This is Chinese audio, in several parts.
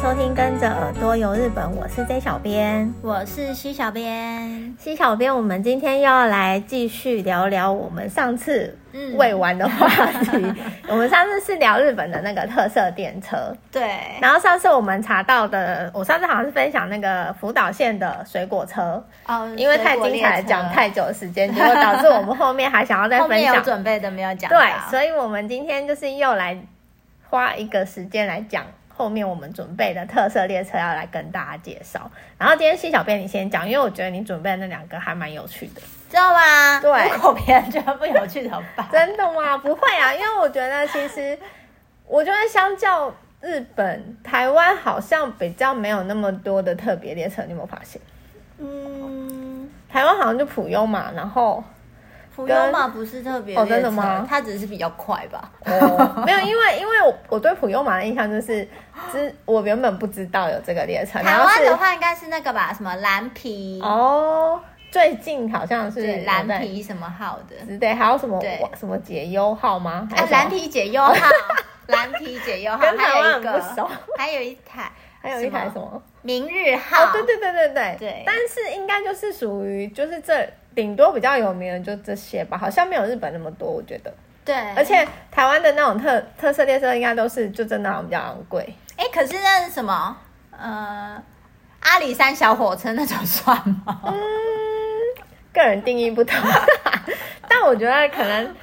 收听《跟着耳朵游日本》，我是 J 小编。我是西小编，西小编，我们今天要来继续聊聊我们上次嗯未完的话题。 我们上次是聊日本的那个特色电车，对，然后上次我们查到的，我上次好像是分享那个福岛县的水果车，哦，因为太水果精彩，列车讲太久的时间，结果导致我们后面还想要再 后分面有享。准备的没有讲到，对，所以我们今天就是又来花一个时间来讲后面我们准备的特色列车，要来跟大家介绍。然后今天西小编你先讲，因为我觉得你准备的那两个还蛮有趣的。知道吗？对如果别人觉得不有趣怎么 办？真的吗？不会啊，因为我觉得其实，我觉得相较日本，台湾好像比较没有那么多的特别列车，你有没有发现？嗯，台湾好像就普悠嘛，然后普悠玛不是特别哦列真车的吗它只是比较快吧？哦，没有，因为因为我我对普悠玛的印象就是，知我原本不知道有这个列车，台 然后湾是的话应该是那个吧，什么蓝皮，哦，最近好像是对，蓝有在皮什么号的，之类，还有什么对什么解忧号吗？还啊是，什么蓝皮解 忧号，蓝皮解忧号，跟台还湾有很一不熟个，还有一台还有一台什么？明日号，哦，对对对对对对但是应该就是属于就是这顶多比较有名的就这些吧，好像没有日本那么多，我觉得。对，而且台湾的那种特特色列车应该都是就真的好像比较昂贵，哎、可是那是什么？呃，阿里山小火车那种算 吗？嗯个人定义不同。 但我觉得可能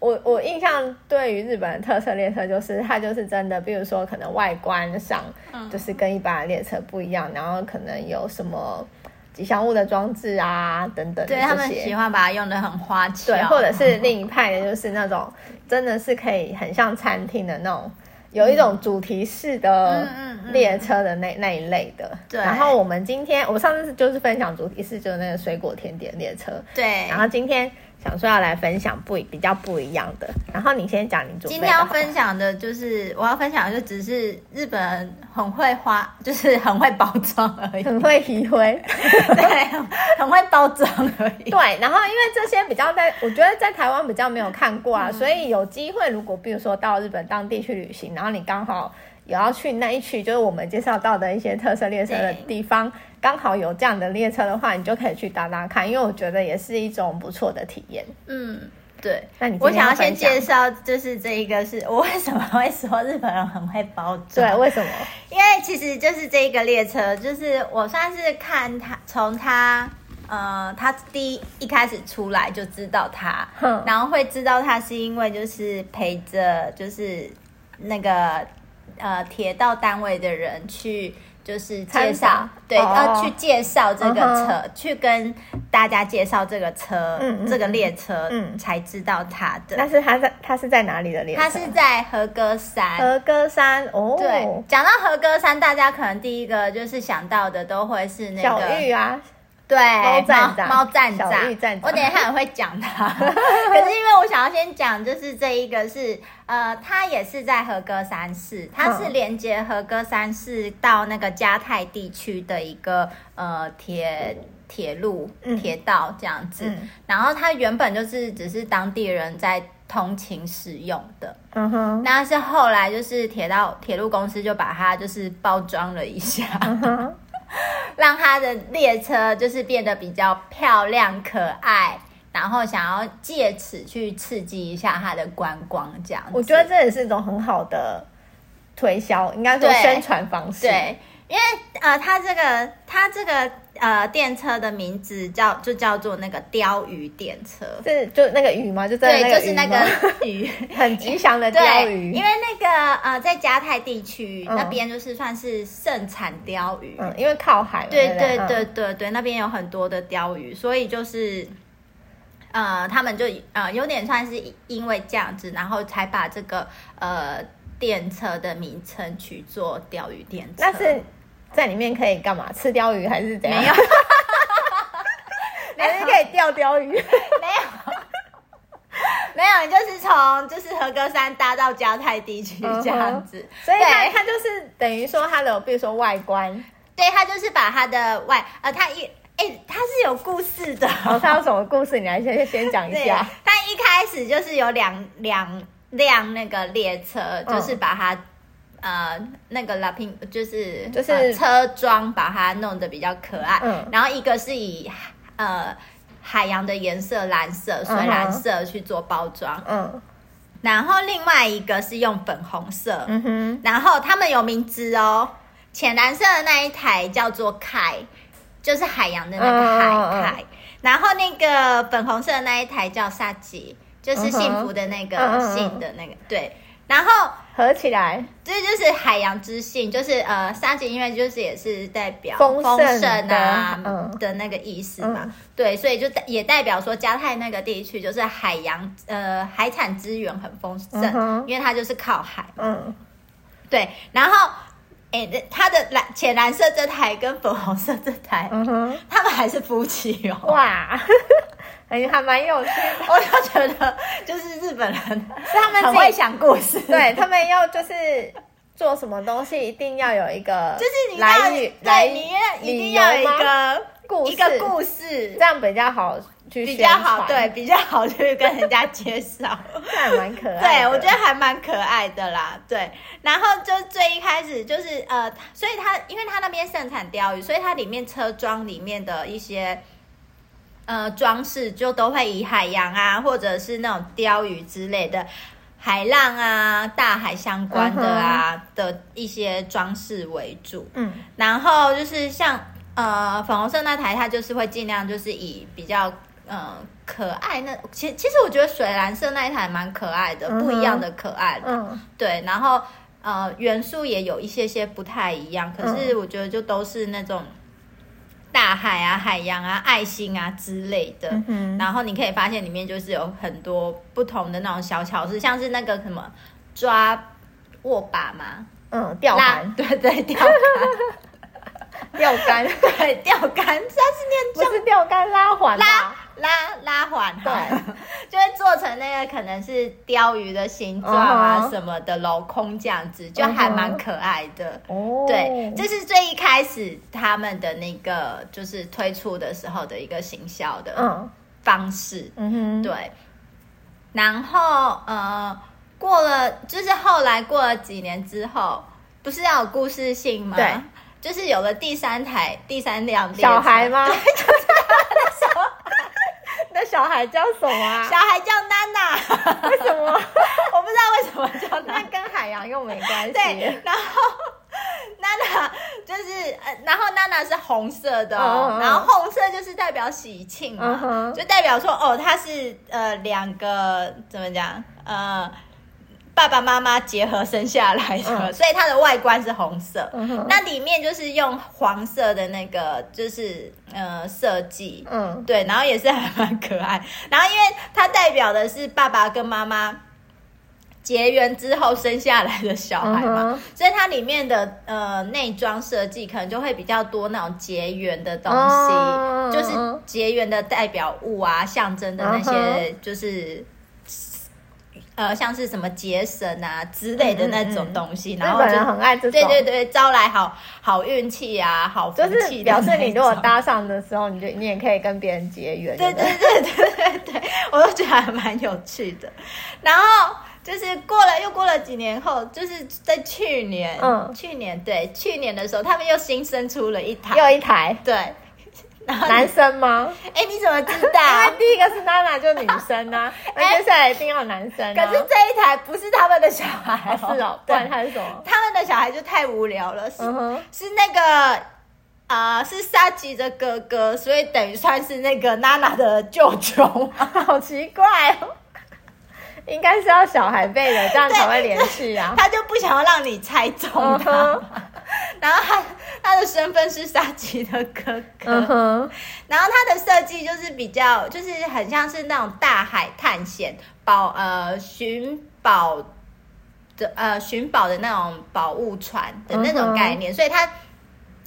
我我印象对于日本的特色列车就是它就是真的，比如说可能外观上嗯就是跟一般的列车不一样，然后可能有什么吉祥物的装置啊等等的对他这们些喜。欢把它用的很花俏，对，或者是另一派的，就是那种真的是可以很像餐厅的那种，有一种主题式的嗯嗯嗯列车的那那一类的。对然后我们今天，我上次就是分享主题式，就是那个水果甜点列车。对然。后今天想说要来分享不一比较不一样的，然后你先讲你准备的今天要好了分享的就是，我要分享的就只是日本人很会花，就是很会包装而已，很会移灰。 对，很很会包装而已。 对，然后因为这些比较在，我觉得在台湾比较没有看过嗯啊，所以有机会如果比如说到日本当地去旅行，然后你刚好也要去那一区，就是我们介绍到的一些特色列车的对地方，刚好有这样的列车的话，你就可以去搭搭看，因为我觉得也是一种不错的体验。嗯，对。那你今我天想要要先分享介绍，就是这一个是我为什么会说日本人很会包装。对，为什么？因为其实就是这一个列车，就是我算是看它从它呃它第一一开始出来就知道它哼，然后会知道它是因为就是陪着就是那个呃铁道单位的人去。就是介参绍访，对，哦要去介绍这个嗯车，去跟大家介绍这个车，嗯嗯这个列车，嗯才知道它的。但是它在它是在哪里的列车？它是在和歌山，和歌山哦，对，讲到和歌山，大家可能第一个就是想到的都会是那小个玉啊，对猫站长猫站小长，玉站长我等一下也会 讲它，可是因为我想要先讲，就是这一个是呃，它也是在和歌山市，它是嗯连接和歌山市到那个加泰地区的一个呃铁。铁路嗯、铁道这样子，嗯然后它原本就是只是当地人在通勤使用的，嗯哼，那是后来就是铁道铁路公司就把它就是包装了一下，嗯哼， 让它的列车就是变得比较漂亮可爱，然后想要借此去刺激一下它的观光这样子。我觉得这也是一种很好的推销，应该说对宣传方式。对，因为呃，它这个它这个呃电车的名字叫就叫做那个鲷鱼电车，是就那个鱼吗？就真的对，就是鱼那吗 个鱼。 很吉祥的鲷对，鱼因为。那个呃，在加泰地区、嗯那边就是算是盛产鲷鱼，嗯，因为靠海嘛。对对不对对嗯对对，那边有很多的鲷鱼，所以就是，呃，他们就呃有点算是因为这样子，然后才把这个呃电车的名称取做鲷鱼电车。那是在里面可以干嘛？吃鲷鱼还是怎样？没有， 还是可以钓鲷鱼。没有。没有，就是从就是和歌山搭到加泰地区嗯这样子，所以它对它就是等于说它的，比如说外 观，对他就是把他的外呃，他一哎他是有故事的，然后它有什么故事，你来先先讲一对，下。但嗯一开始就是有两两辆那个列车，就是把它、呃那个 lapin 就是就是呃车妆把它弄得比较可爱，嗯然后一个是以呃海洋的颜色蓝色、水蓝色去做包装，嗯然后另外一个是用粉红色，嗯哼，然后他们有名字哦，浅蓝色的那一台叫做凯，就是海洋的那个嗯嗯嗯海凯，然后那个粉红色的那一台叫萨吉，就是幸福的那个嗯哼幸的那个对，然后。合起来，这就是海洋之性，就是呃，沙棘音乐就是也是代表丰盛的啊嗯的那个意思嘛，嗯对，所以就代也代表说加泰那个地区就是海洋呃海产资源很丰盛，嗯哼因为它就是靠海，嗯，对，然后诶、它的蓝浅蓝色这台跟粉红色这台，嗯哼，他们还是夫妻哦，哇，哎，还蛮有趣的。我就觉得就是日本人是他们很自会己，想故事，对他们要就是做什么东西，一定要有一个，就是你要来语来对，你要一定要有理一由吗个故事一个故事这，样比较好去比宣较传好，对，，比较好去跟人家介绍。这还蛮可爱对，的。我觉得还蛮可爱的啦。对，然后就最一开始就是呃，它所以它因为它那边盛产鲷鱼，所以它里面车装里面的一些呃装饰就都会以海洋啊，或者是那种鲷鱼之类的海浪啊、大海相关的啊、的一些装饰为主。嗯然后就是像呃粉红色那台，它就是会尽量就是以比较呃可爱那，其其实我觉得水蓝色那一台蛮可爱的，嗯哼不一样的可爱的，嗯对，然后呃元素也有一些些不太一样，可嗯是我觉得就都是那种大海啊、海洋啊、爱心啊之类的。嗯哼，然后你可以发现里面就是有很多不同的那种小巧思，像是那个什么抓握把嘛，嗯，钓拉 竿对对钓竿，钓 竿对，钓竿，它是念不是钓竿拉环啊吧拉拉拉环哈， 就会做成那个可能是鲷鱼的形嗯状啊哼嗯什么的镂空这样子，就还蛮可爱的。哦，对，这是最一开始他们的那个就是推出的时候的一个行销的嗯方式。嗯哼，对，然后呃，过了就是后来过了几年之后，不是要有故事性吗？对，就是有了第三台、第三辆列车小孩？吗？ 那小孩叫什么啊小？孩叫娜娜， 为什么？我不知道为什么叫 娜那娜。跟海洋又没关系。对，然后 娜娜就是呃，然后娜娜是红色的嗯哦嗯，嗯然后红色就是代表喜庆嗯嘛，哼就代表说哦，它是呃两个怎么讲呃。爸爸妈妈结合生下来的，嗯所以它的外观是红色。嗯哼那里面就是用黄色的那个，就是呃设计，嗯对，然后也是还蛮可爱。然后因为它代表的是爸爸跟妈妈结缘之后生下来的小孩嘛，嗯哼所以它里面的呃内装设计可能就会比较多那种结缘的东西，哦就是结缘的代表物啊，象征的那嗯些就是。呃，像是什么结绳啊之类的那种东西，嗯然日后本就人很爱这种，对对对，招来好好运气啊，好福就是气的表示那你如果种搭上的时候，你就你也可以跟别人结缘。对不对对对对对，我都觉得还蛮有趣的。然后就是过了又过了几年后，就是在去年，嗯去年对去年的时候，他们又新生出了一台，又一台对。然后男生吗？哎、你怎么知因道为？第一个是娜娜，就是女生啊，那接下来一定要男生啊。 哎可是这一台不是他们的小孩、是哦，不对然他是什么？他们的小孩就太无聊了，是、嗯哼，是那个啊、呃是沙棘的哥哥，所以等于算是那个娜娜的舅舅嘛。 好奇怪哦，应该是要小孩辈的，这样才会联系 啊。他就不想要让你猜中嗯他哼， 然后他他的身份是沙棘的哥哥，嗯哼，然后他的设计就是比较，就是很像是那种大海探险宝呃寻宝的呃寻宝的那种宝物船的那嗯种哼概念，所以他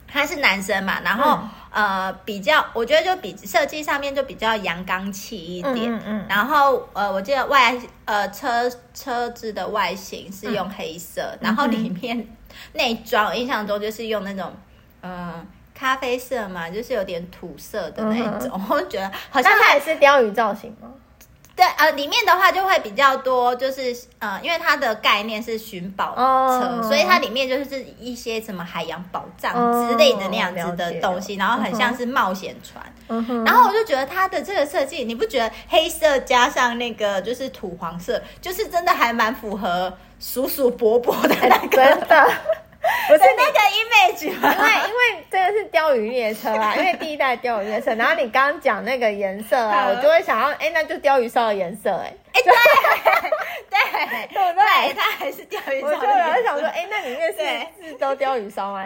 他是男生嘛，然嗯后、呃比较，我觉得就比设计上面就比较阳刚气一点，嗯嗯然后呃，我记得外呃车车子的外形是用黑色，嗯然后里面内装我印象中就是用那种嗯、呃咖啡色嘛，就是有点土色的那一种。我觉得好嗯，像那还还是鲷鱼造型吗？对，呃，里面的话就会比较多，就是呃，因为它的概念是寻宝车，哦所以它里面就是一些什么海洋宝藏之类的那样子哦了的解东西，然后很像是冒险船。嗯哼，然后我就觉得它的这个设计，你不觉得黑色加上那个就是土黄色，就是真的还蛮符合叔叔伯伯的哎那个、真 的不是的那个 image 因为吗？因为真的是钓鱼列车啦， 因为第一代钓鱼列车，然后你刚刚讲那个颜色啊，嗯我就会想要，哎、那就钓鱼烧的颜色、哎，对对不对它还是钓鱼我就烧的有颜人色想说，哎、那里面对是是都钓鱼烧 吗？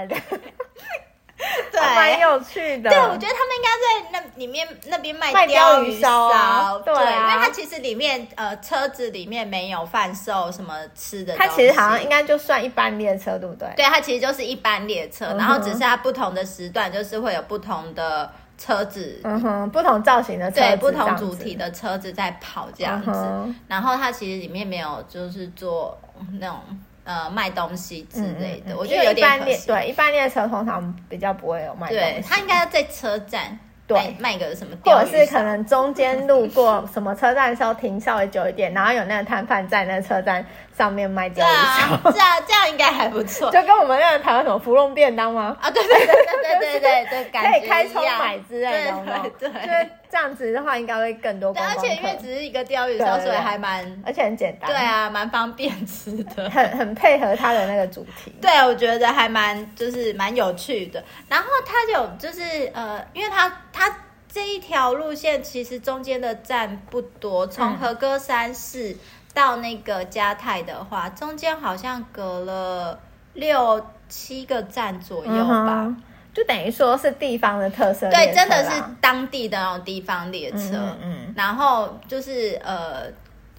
对，蛮有趣的。对，我觉得他们应该在那里面那边卖卖鲷鲷鱼鱼烧，烧啊对，对啊因为它其实里面呃车子里面没有贩售什么吃的东它西，其实好像应该就算一般列车，对不对？对它其实就是一般列车，嗯哼然后只是它不同的时段就是会有不同的车子，嗯哼，不同造型的车子对不这同样主子题的车子在跑这样子，嗯哼然后它其实里面没有就是做那种呃卖东西之类嗯嗯的，嗯我觉因为得有一般点可列惜。对一般列车通常比较不会有卖对东，西，它应该在车站对卖卖个什么或鲷鱼者烧，是可能中间路过什么车站的时候停稍微久一点，然后有那个摊贩在那车站上面卖对钓鱼烧，啊，是啊，这样应该还不错。就跟我们那个台湾什么芙蓉便当吗？啊，对 对对对对对对对，感可觉以开一窗样买之类的，有没有就对对对。是这样子的话，应该会更多对，观而光客且因为只是一个钓鱼烧，对对所以对还蛮而且很简单，对，啊，蛮方便吃的。很很配合它的那个主题。对，我觉得还蛮就是呃蛮有趣的。然后它有就是呃，因为它它这一条路线其实中间的站不多，从嗯和歌山市到那个加泰的话，中间好像隔了六七个站左右吧。嗯哼就等于说是地方的特色列车啦，对，真的是当地的那种地方列车。嗯嗯然后就是呃，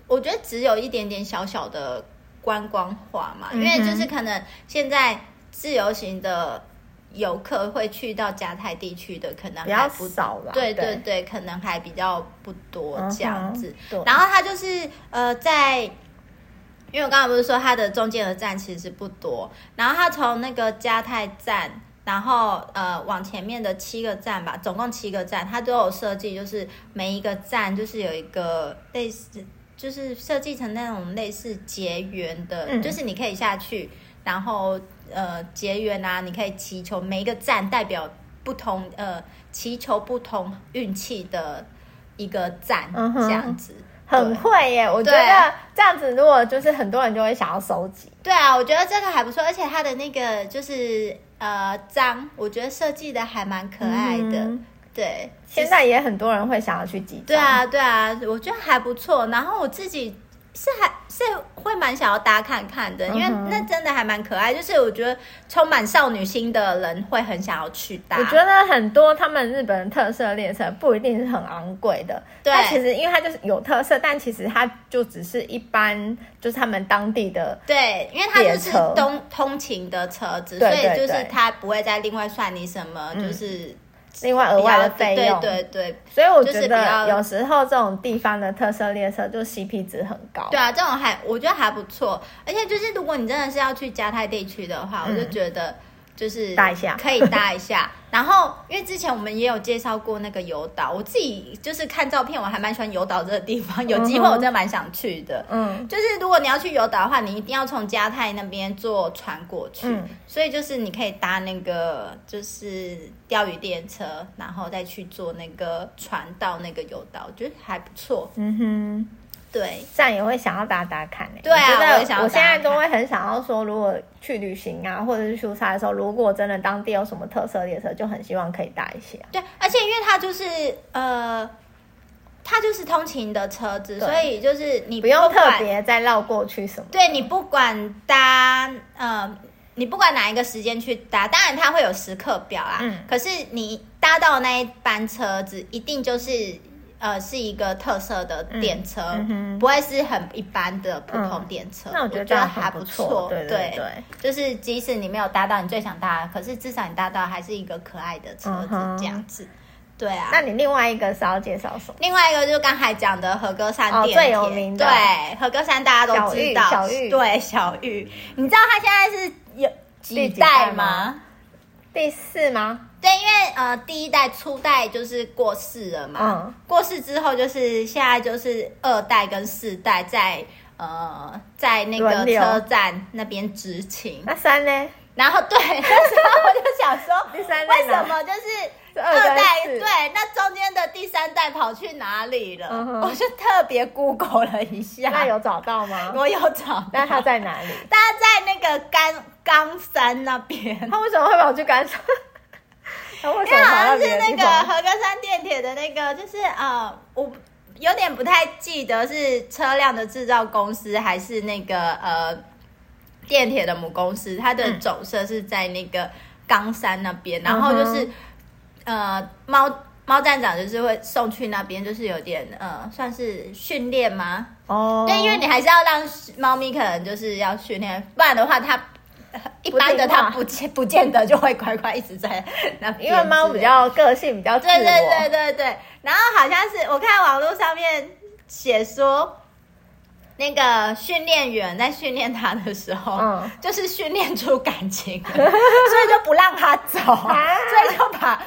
我觉得只有一点点小小的观光化嘛，因为嗯哼就是可能现在自由行的游客会去到加泰地区的，可能比较还不少吧，对对对，可能还比较不多这样子。嗯哼对然后它就是呃，在因为我刚才不是说它的中间的站其实不多，然后它从那个加泰站，然后呃往前面的七个站吧，总共七个站，它都有设计，就是每一个站就是有一个类似，就是设计成那种类似结缘的，嗯就是你可以下去，然后呃结缘啊，你可以祈求每一个站代表不同呃祈求不同运气的一个站、嗯哼这样子。很会耶！我觉对得这样子，如果就是很多人就会想要收集，对啊，我觉得这个还不错，而且它的那个就是呃章，我觉得设计的还蛮可爱的。嗯对，现在也很多人会想要去集章。对，啊，对啊，我觉得还不错。然后我自己是还是会蛮想要搭看看的，因为嗯哼那真的还蛮可爱。就是我觉得充满少女心的人会很想要去搭。我觉得很多他们日本特色列车不一定是很昂贵的，对它其实因为它就是有特色，但其实它就只是一般，就是他们当地的对，因为它就是列车通通勤的车子，对对所以就是对它不会再另外算你什么，就是另外额比较外的费用。对对对所以我就觉是比较得有时候这种地方的特色列车就 CP 值很高。对啊，这种还我觉得还不错，而且就是如果你真的是要去加泰地区的话，嗯我就觉得就是搭一下可以搭一下。然后因为之前我们也有介绍过那个游岛，我自己就是看照片，我还蛮喜欢游岛这个地方，有机会我真的蛮想去的。嗯，就是如果你要去游岛的话，你一定要从加泰那边坐船过去，嗯所以就是你可以搭那个就是钓鱼电车，然后再去坐那个船到那个游岛，我觉得还不错。嗯哼。对，这样也会想要打打看欸对啊我觉得我也想要我打打现看在都会很想要说，如果去旅行啊，或者是出差的时候，如果真的当地有什么特色列车，就很希望可以搭一下。对，而且因为它就是呃，它就是通勤的车子，对所以就是你不用特管，别再绕过去什么。对你不管搭呃，你不管哪一个时间去搭，当然它会有时刻表啊。嗯可是你搭到那一班车子，一定就是。呃，是一个特色的电车，嗯哼不会是很一般的普通嗯电车。那我我觉得这觉得样还很不错错，，对对对。就是即使你没有搭到你最想搭的，可是至少你搭到还是一个可爱的车嗯子、哼这样子。对啊，那你另外一个是要介绍什么？另外一个就是刚才讲的和歌山电铁，哦最有名的对，和歌山大家都知道，小玉小玉对小玉，你知道他现在是有第几几代代吗？第四吗？对，因为呃，第一代、初代就是过世了嘛，嗯过世之后就是现在就是二代跟四代在呃在那个轮流车站那边执勤，那三呢？然后对， 那时候我就想说， 第三代为呢什么就是是二二代代是对，那中间的第三代跑去哪里了？嗯哼我就特别 Google 了一下，那有找到吗？我有找，那他在哪里？ 大家在那个冈冈山那边，他为什么会跑去干涉？ 他 为因什为么好跑到像是别的那地个方？和歌山电铁的那个，就是呃，我有点不太记得是车辆的制造公司还是那个呃电铁的母公司，它的总社是在那个冈山那嗯边，然后就是、呃猫。猫站长就是会送去那边，就是有点呃，算是训练吗？哦对，因为你还是要让猫咪可能就是要训练，不然的话它呃一般的它不见不见得就会乖乖一直在那边之类因的，为猫比较个性比较自我，对对对对对。然后好像是我看网络上面写说，那个训练员在训练它的时候，嗯就是训练出感情了，所以就不让它走，啊啊所以就把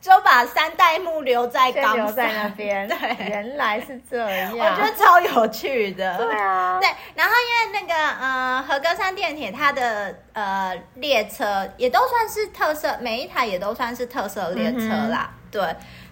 就把三代目留在先冈留在那山边。 对。原来是这样。我觉得超有趣的，对啊，对，然后因为那个呃，和歌山电铁它的呃列车也都算是特色，每一台也都算是特色列车啦。对，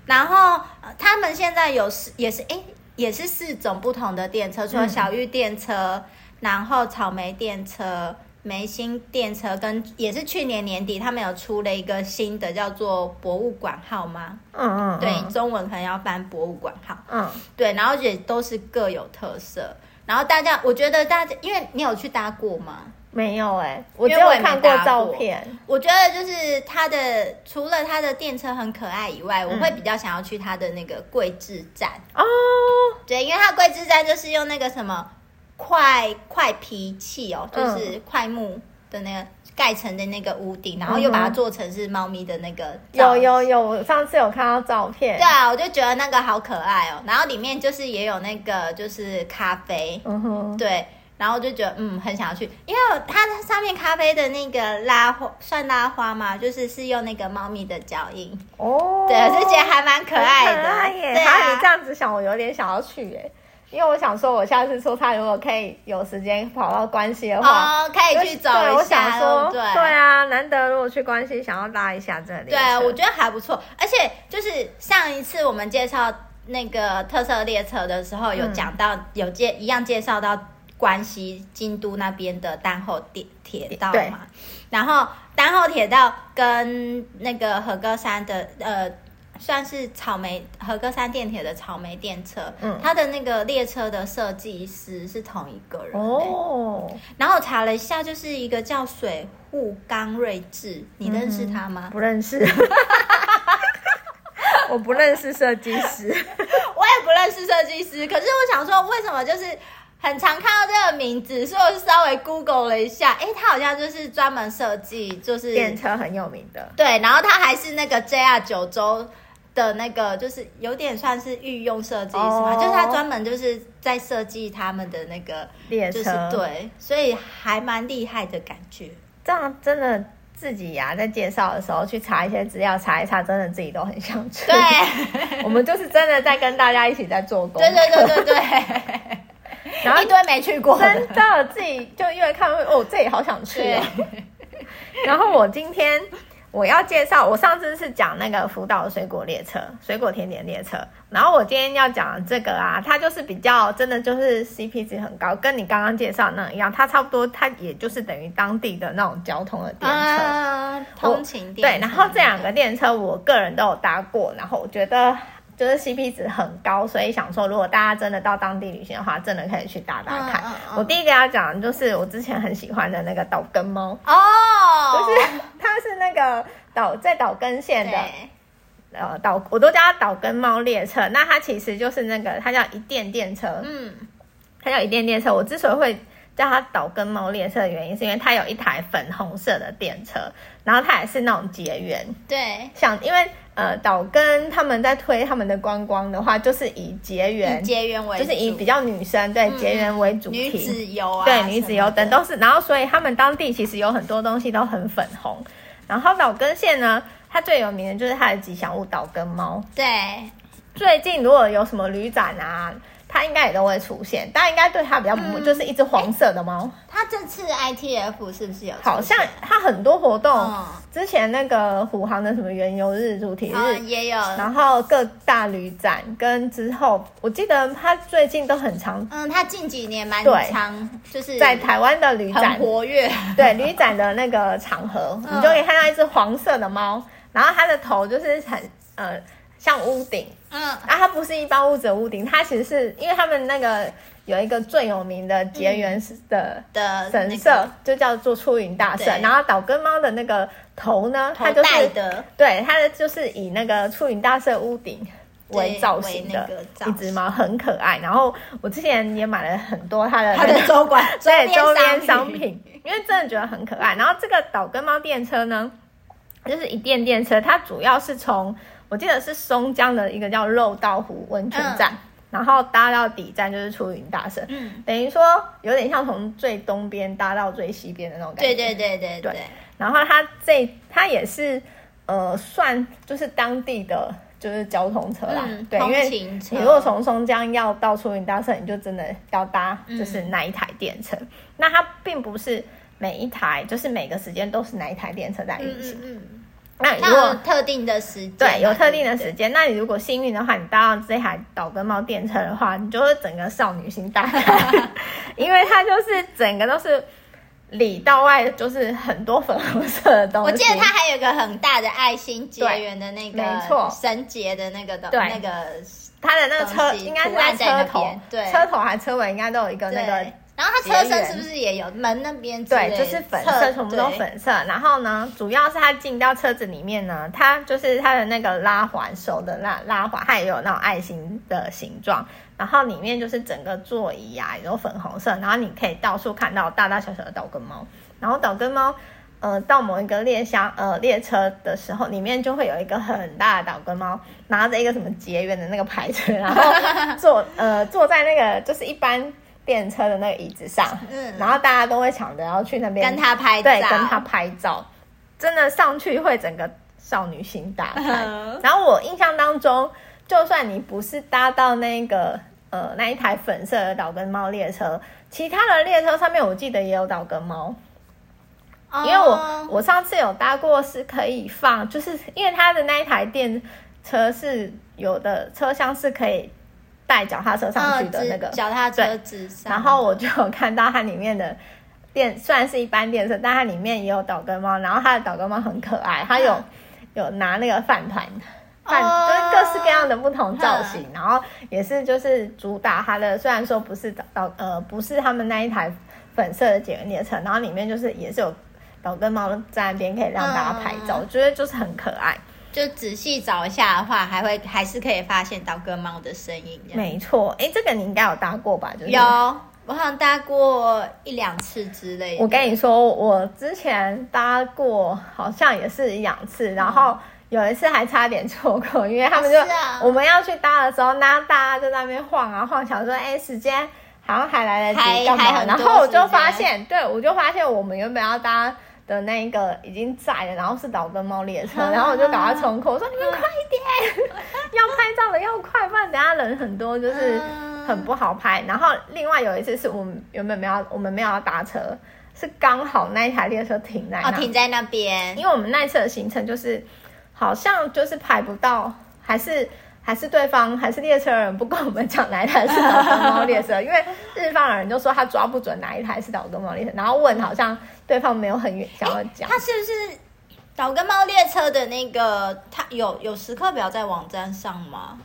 然后、呃他们现在有四，也是诶，也是四种不同的电车，除了嗯小玉电车，然后草莓电车。梅新电车跟也是去年年底，他们有出了一个新的叫做博物馆号吗？嗯嗯，对，嗯中文可能要翻博物馆号。嗯，对，然后也都是各有特色。然后大家，我觉得大家，因为你有去搭过吗？没有哎，我只因为有我也没看过搭过照片。我觉得就是它的，除了它的电车很可爱以外，我嗯会比较想要去它的那个桂枝站。哦，对，因为它桂枝站就是用那个什么快快皮器哦，嗯就是快木的那个盖成的那个屋顶，然后又把它嗯哼做成是猫咪的那个有造有有，我上次有看到照片对。啊，我就觉得那个好可爱哦。然后里面就是也有那个就是咖啡，嗯哼，对，然后就觉得嗯很想要去，因为它上面咖啡的那个拉花算拉花嘛，就是是用那个猫咪的脚印，哦，对，我就觉得还蛮可爱的，很可爱耶！对啊，你这啊。样子想，我有点想要去耶，因为我想说，我下次出差如果可以有时间跑到关西的话，哦，可以去走对我一想下，对说，不对？啊，难得如果去关西，想要拉一下这里。对我觉得还不错。而且就是上一次我们介绍那个特色列车的时候，嗯有讲到、有介一样介绍到关西京都那边的丹后铁铁道对嘛，然后丹后铁道跟那个和歌山的呃。算是草莓和歌山电铁的草莓电车，嗯它的那个列车的设计师是同一个人、欸。哦，然后我查了一下，就是一个叫水户刚睿智，你认嗯识他吗？不认识， 我不认识设计师。我也不认识设计师，可是我想说，为什么就是很常看到这个名字，所以我就稍微 Google 了一下，诶，他好像就是专门设计，就是 电车很有名的，对，然后他还是那个 JR 九州的那个，就是有点算是御用设计师嘛哦就是他专门就是在设计他们的那个，列就车是对，所以还蛮厉害的感 觉。这样真的自己呀、在介绍的时候去查一些资料，查一查，真的自己都很想去。对，，我们就是真的在跟大家一起在做工。对对对对对， 然后一堆没去过的真，的自己就越看越哦，这里好想去、对哦。 然后我今天我要介绍，我上次是讲那个福岛的水果列车、水果甜点列车，然后我今天要讲的这个啊，它就是比较真的就是 CP 值很高，跟你刚刚介绍的那一样，它差不多，它也就是等于当地的那种交通的电车。嗯，通勤电对，车然后这两个电车我个人都有搭过，然后我觉得就是 CP 值很高，所以想说如果大家真的到当地旅行的话，真的可以去搭搭看。嗯嗯嗯我第一个要讲的就是我之前很喜欢的那个岛根猫，哦，就是它是那个岛在岛根县的对，呃岛，我都叫它岛根猫列车。那它其实就是那个它叫一电电车，嗯，它叫一电电车。我之所以会叫它岛根猫列车的原因，是因为它有一台粉红色的电车，然后它也是那种结缘。对，想，因为呃，岛根他们在推他们的观光的话，就是以结缘以，结缘为就主，是以比较女生对嗯结缘为主女题，子游啊，对女子游等都都是，然后所以他们当地其实有很多东西都很粉红。然后岛根县呢，它最有名的就是它的吉祥物岛根猫。对，最近如果有什么旅展啊，它应该也都会出现，大家应该对它比较不会、就是一只黄色的猫，他这次 ITF 是不是有出现？好像它很多活动，嗯之前那个虎航的什么原游日、主题日。嗯也有，然后各大旅展跟之后，我记得它最近都很常嗯，他近几年蛮对长，就是在台湾的旅很展 活跃，对旅展的那个场合，嗯你就可以看到一只黄色的猫，然后它的头就是很呃像屋顶，嗯啊，它不是一般屋子的屋顶，它其实是因为他们那个有一个最有名的结缘的的那神个社，就叫做出云大社嗯对，然后岛根猫的那个头呢，它头就戴是的，对它的就是以那个出云大社屋顶。为对造为型那的个造一只猫很可爱，然后我之前也买了很多它的他那个的 周管对 周边边商商品，因为真的觉得很可爱。然后这个岛根猫电车呢，就是一电电车，它主要是从我记得是松江的一个叫肉道湖温泉站，然后搭到底站就是出云大社，嗯，等于说有点像从最东边搭到最西边的那种感觉。对对对对对对，然后它这它也是呃算就是当地的就是交通车啦，嗯对，因为通勤车你如果从松江要到出云大社，你就真的要搭嗯就是那一台电车。那它并不是每一台就是每个时间都是哪一台电车在嗯运行。嗯嗯，那你如那有果特定的时间，对有特定的对时间，那你如果幸运的话，你搭到这台岛根猫电车的话，你就会整个少女心大 开，因为它就是整个都是。里到外就是很多粉红色的东西，我记得它还有一个很大的爱心结对缘的那个，没错绳结的那个的，对那个它的那个车东西应该是图案在那车头边，对车头还车尾应该都有一个呃那个对。然后它车结身缘是不是也有门那边之类对，的？就是粉侧色，全部都。对粉色。然后呢，主要是它进到车子里面呢，它就是它的那个拉环手的拉拉环，它也有那种爱心的形状。然后里面就是整个座椅啊，有粉红色。然后你可以到处看到大大小小的岛根猫。然后岛根猫，呃，到某一个列厢呃列车的时候，里面就会有一个很大的岛根猫，拿着一个什么结缘的那个牌子，然后坐呃坐在那个就是一般电车的那个椅子上，嗯然后大家都会抢着要去那边跟他拍照，对跟他拍照，真的上去会整个少女心大开。嗯然后我印象当中，就算你不是搭到那个呃那一台粉色的岛根猫列车，其他的列车上面我记得也有岛根猫，因为我哦我上次有搭过是可以放，就是因为它的那一台电车是有的车厢是可以带脚踏车上去的嗯那个只，脚踏车之上，然后我就有看到它里面的电，虽然是一般电车，但它里面也有岛根猫，然后它的岛根猫很可爱，它有、嗯有拿那个饭团。饭哦嗯就是各式各样的不同造型，然后也是就是主打它的，虽然说不是岛岛呃不是他们那一台粉色的简约列车，然后里面就是也是有岛根猫在那边可以让大家拍照，嗯我觉得就是很可爱。就仔细找一下的话，还会还是可以发现到割猫的身影这样。没错，哎，这个你应该有搭过吧？就是有，我好像搭过一两次之类的。我跟你说，我之前搭过，好像也是一两次，然后有一次还差点错过，因为他们就、嗯是啊我们要去搭的时候，那大家就在那边晃啊晃，想说，哎、时间好像还来得还及干还嘛？很然多后我就时间发现，对我就发现我们原本要搭。的那一个已经在了，然后是岛根猫列嗯车，然后我就赶快冲过，我说你们快一点，要拍照的要快，不然等下人很多，就是嗯很不好拍。然后另外有一次是我们原本没有，我们没有要搭车，是刚好那一台列车停在那，哦，停在那边，因为我们那一次的行程就是好像就是排不到，还是。还是对方还是列车人不跟我们讲哪一台是岛根猫列 车，因为日方的人就说他抓不准哪一台是岛根猫列车，然后问好像对方没有很远想要讲，它是不是岛根猫列车的那个？它有有时刻表在网站上吗？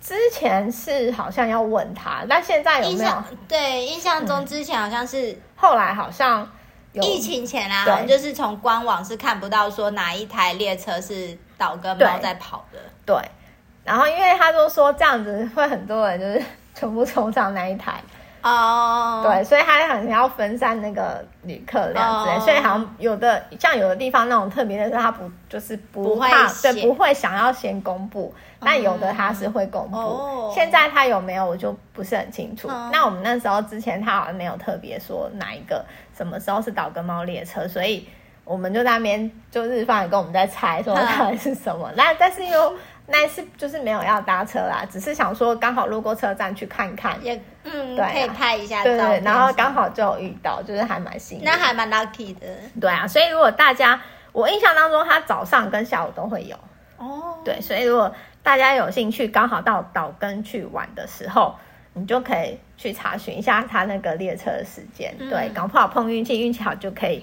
之前是好像要问他，但现在有印没有象？对，印象中之前好像是后来好像有疫情前啊，对好像就是从官网是看不到说哪一台列车是岛跟猫对在跑的。对，然后因为他就说这样子会很多人就是全部冲上那一台，哦，对，所以他好像要分散那个旅客量之类，哦所以好像有的像有的地方那种特别的是他不就是不不会怕写对不会想要先公布，但有的他是会公布。哦现在他有没有我就不是很清楚。嗯那我们那时候之前他好像没有特别说哪一个什么时候是岛根猫列车，所以。我们就在那边就日方也跟我们在猜说到底是什 么，那但是又那一次就是没有要搭车啦，只是想说刚好路过车站去看看，也嗯，对啊可以拍一下照对片对，然后刚好就有遇到，就是还蛮幸运的。那还蛮 lucky 的对啊，所以如果大家，我印象当中它早上跟下午都会有，哦。对，所以如果大家有兴趣，刚好到岛根去玩的时候，你就可以去查询一下它那个列车的时间，嗯对，搞不好碰运气，运气好就可以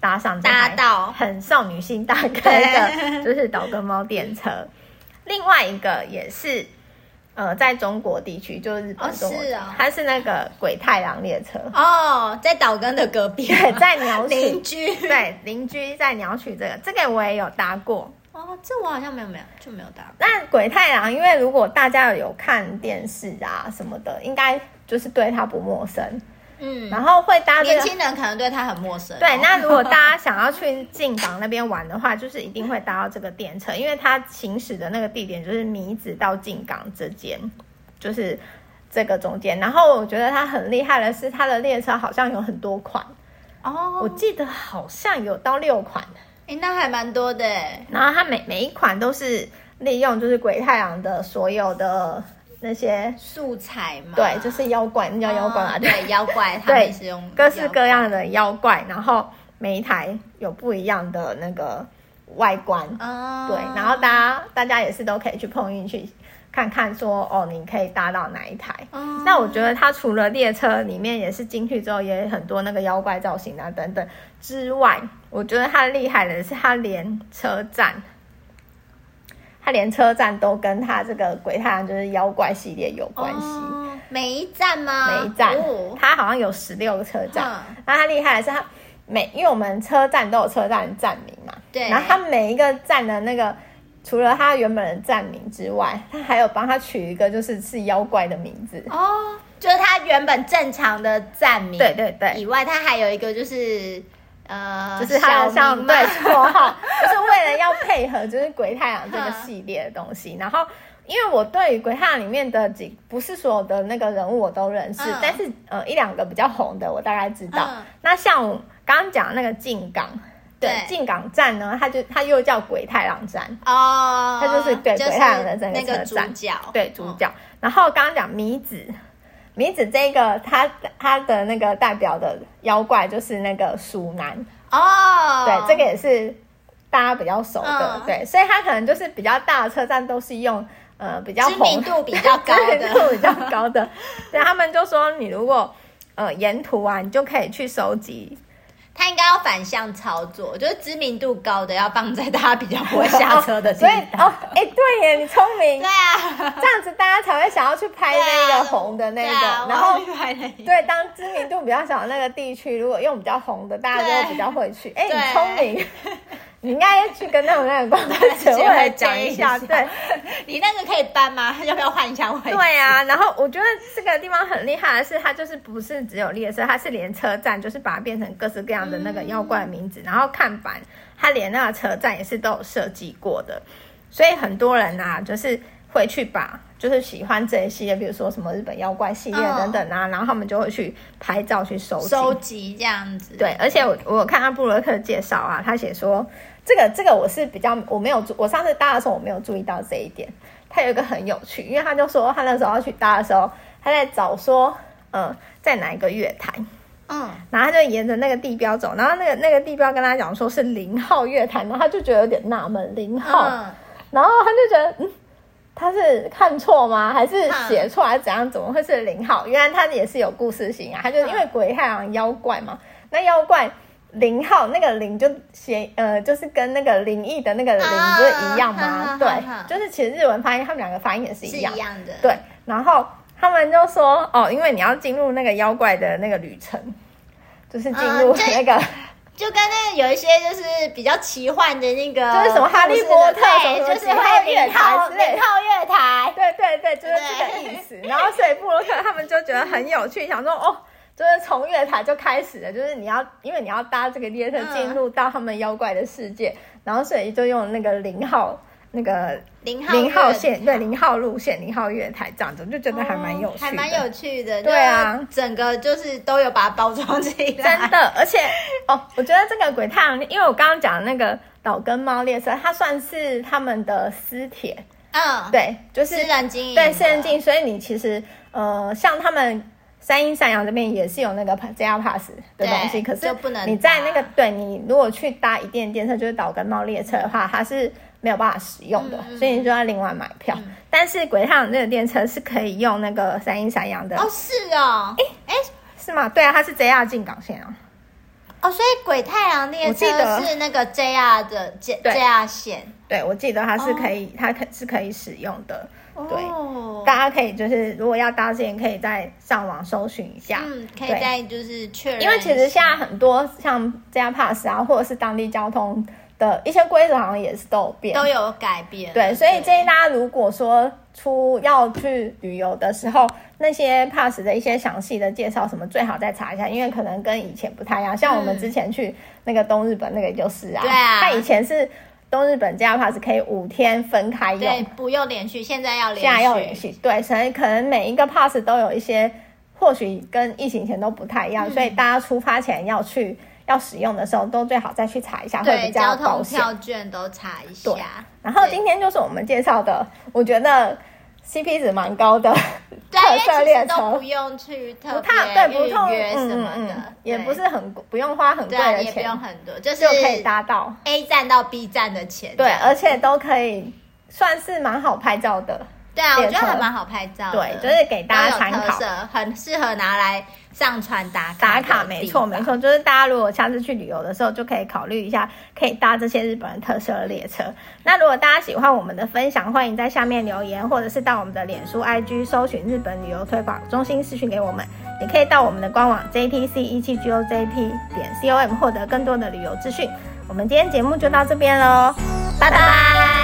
搭上这搭台到很少女心大开的，就是岛根猫电 车。另外一个也是。呃，在中国地区，就是啊日本哦中国地区是哦它是那个鬼太郎列车，哦，在岛根的隔壁，对，在鸟取邻居。对，邻居在鸟取这个，这个我也有搭过。哦，这我好像没有没有就没有搭过。那鬼太郎，因为如果大家有看电视啊什么的，应该就是对它不陌生。嗯，然后会搭这年个，轻人可能对他很陌生啊哦。对。那如果大家想要去进港那边玩的话，就是一定会搭到这个电车，因为它行驶的那个地点就是米子到进港之间，就是这个中间。然后我觉得它很厉害的是，它的列车好像有很多款，我哦，记得好像有到六款。哎，那还蛮多的哎。然后它每每一款都是利用就是鬼太郎的所有的那些，素材嘛，对，就是妖怪，那叫妖怪嘛，哦对， 对，妖怪，他对们是用各式各妖样的妖怪，然后每一台有不一样的那个外观，怪，哦，对，然后大家大家也是都可以去碰运气，看看说哦，你可以搭到哪一台。嗯那我觉得它除了列车里面也是进去之后也很多那个妖怪造型啊等等之外，我觉得它厉害的是它连车站，它连车站都跟它这个鬼太郎就是妖怪系列有关系。哦每一站吗？每一站哦，它好像有十六个车站嗯，那它厉害的是它每，因为我们车站都有车站站名嘛，对然后它每一个站的那个。除了它原本的站名之外，它还有帮它取一个就是是妖怪的名字，哦，就是它原本正常的站名，对对对以外，它还有一个就是呃，就是它的小像名对嘛绰 号，就是为了要配合就是鬼太郎这嗯个系列的东西。然后，因为我对于鬼太郎里面的几不是所有的那个人物我都认识，嗯但是呃一两个比较红的我大概知道。嗯那像我刚刚讲的那个进港，对对进港站呢，它就它又叫鬼太郎站，哦，它就是对就是鬼太郎的整个那个车主站角，对主嗯角。然后刚刚讲米子。米子这个，他他的那个代表的妖怪就是那个鼠男，哦，对，这个也是大家比较熟的，嗯对，所以它可能就是比较大的车站都是用呃比较知名红、度比较 高知名度的，比较高的，对，他们就说你如果呃沿途啊，你就可以去收集，它应该要反向操作，就是知名度高的要放在大家比较不会下车 的地 所以方。哦，哎、对耶，你聪明对，啊，这样子大家才会想要去拍那个红的那对个，啊然后我。要拍那个对，当知名度比较小的那个地区，如果用比较红的，大家就会比较会去。哎、你对聪明，你应该去跟他们那个观光协协会会讲推一一下，下对，你那个可以搬吗？要不要换一下位置？对啊，然后我觉得这个地方很厉害的是，它就是不是只有列车，它是连车站，就是把它变成各式各样的那嗯个妖怪名字，然后看板，它连那个车站也是都有设计过的，所以很多人啊，就是会去把。就是喜欢这一系列，比如说什么日本妖怪系列嗯等等啊，然后他们就会去拍照去收集。收集这样子。对，而且我我有看阿布洛克介绍啊，他写说这个这个我是比较我没有注，我上次搭的时候我没有注意到这一点。他有一个很有趣，因为他就说他那时候要去搭的时候，他在找说，嗯，在哪一个月台，嗯，然后他就沿着那个地标走，然后那个那个地标跟他讲说是零号月台，然后他就觉得有点纳闷，零号，嗯，然后他就觉得，嗯，他是看错吗？还嗯是写错还是怎样？怎么会是零号？原来他也是有故事性啊！他嗯就是因为鬼太郎妖怪嘛，那妖怪零号那个零就写呃，就是跟那个灵异的那个零啊不是一样吗？哈哈对哈，就是其实日文发音他们两个发音也是是一一样。样的。，对，然后他们就说哦，因为你要进入那个妖怪的那个旅程，就是进入嗯那这个。就跟那有一些就是比较奇幻的那个就故事的，是什么哈利波特什么对就是什么会有几号月台之零号类的零号月台。对对对，就是这个意思。然后所以布洛克他们就觉得很有 趣，想说哦，就是从月台就开始了，就是你要因为你要搭这个列车嗯进入到他们妖怪的世界，然后所以就用那个零号。那个零号零号月线，对零号路线、零号月台这样子，我就觉得还蛮有趣的，哦还蛮有趣的。对啊就整个就是都有把它包装起来。真 的，而且哦，我觉得这个鬼太阳，因为我刚刚讲的那个岛根猫列车，它算是他们的私铁，嗯，，对，就是私人经营的，对私人经营，所以你其实呃，像他们三阴三阳这边也是有那个 JR Pass 的东西，对可是就不能你在那个搭对你如果去搭一电电车，就是岛根猫列车的话，它是。没有办法使用的，嗯嗯嗯所以你就要另外买票。但是鬼太阳这个电车是可以用那个三阴三阳的，哦，是哦，哎哎。是吗？对啊，它是 JR 进港线啊。哦，所以鬼太阳列车我记得是那个 JR 的 J 对 JR 线，对，我记得它是可以，它可是可以使用的。对，哦大家可以就是如果要搭之前，可以在上网搜寻一下。嗯，可以对再就是确认一因下，为其实现在很多像 JR Pass 啊，或者是当地交通的一些规则，好像也是都有变。都有改变，对，所以建议大家如果说出要去旅游的时候，那些 pass 的一些详细的介绍什么，最好再查一下，因为可能跟以前不太一样。像我们嗯之前去那个东日本那个就是啊，对啊它以前是东日本加 pass 可以五天分开对用，不用连续，现在要连续，现在要联系，对，所以可能每一个 pass 都有一些，或许跟疫情前都不太一嗯样，所以大家出发前要去要使用的时候，都最好再去查一下，会对比较交保通险。票券都查一对下，然后今天就是我们介绍的，我觉得 CP 值蛮高的对，特因色为其列实都车不，用去特不别太对，不痛，预约什嗯么嗯的嗯，，也对不是很贵不用花很贵对，啊的也不用钱很多，就是就可以搭到， A 站到 B 站的钱，对，而且都可以算是蛮好拍照的，对啊，我列觉得车还蛮好拍照的，对，就是给大家参都有特考。色，很适合拿来上传打卡打卡的没地错方没。错，就是大家如果下次去旅游的时候，就可以考虑一下，可以搭这些日本的特色列车。那如果大家喜欢我们的分享，欢迎在下面留言，或者是到我们的脸书、IG 搜寻日本旅游推广中心私讯给我们，也可以到我们的官网 JTC 一七 GOJP 点 COM 获得更多的旅游资讯。我们今天节目就到这边喽，拜拜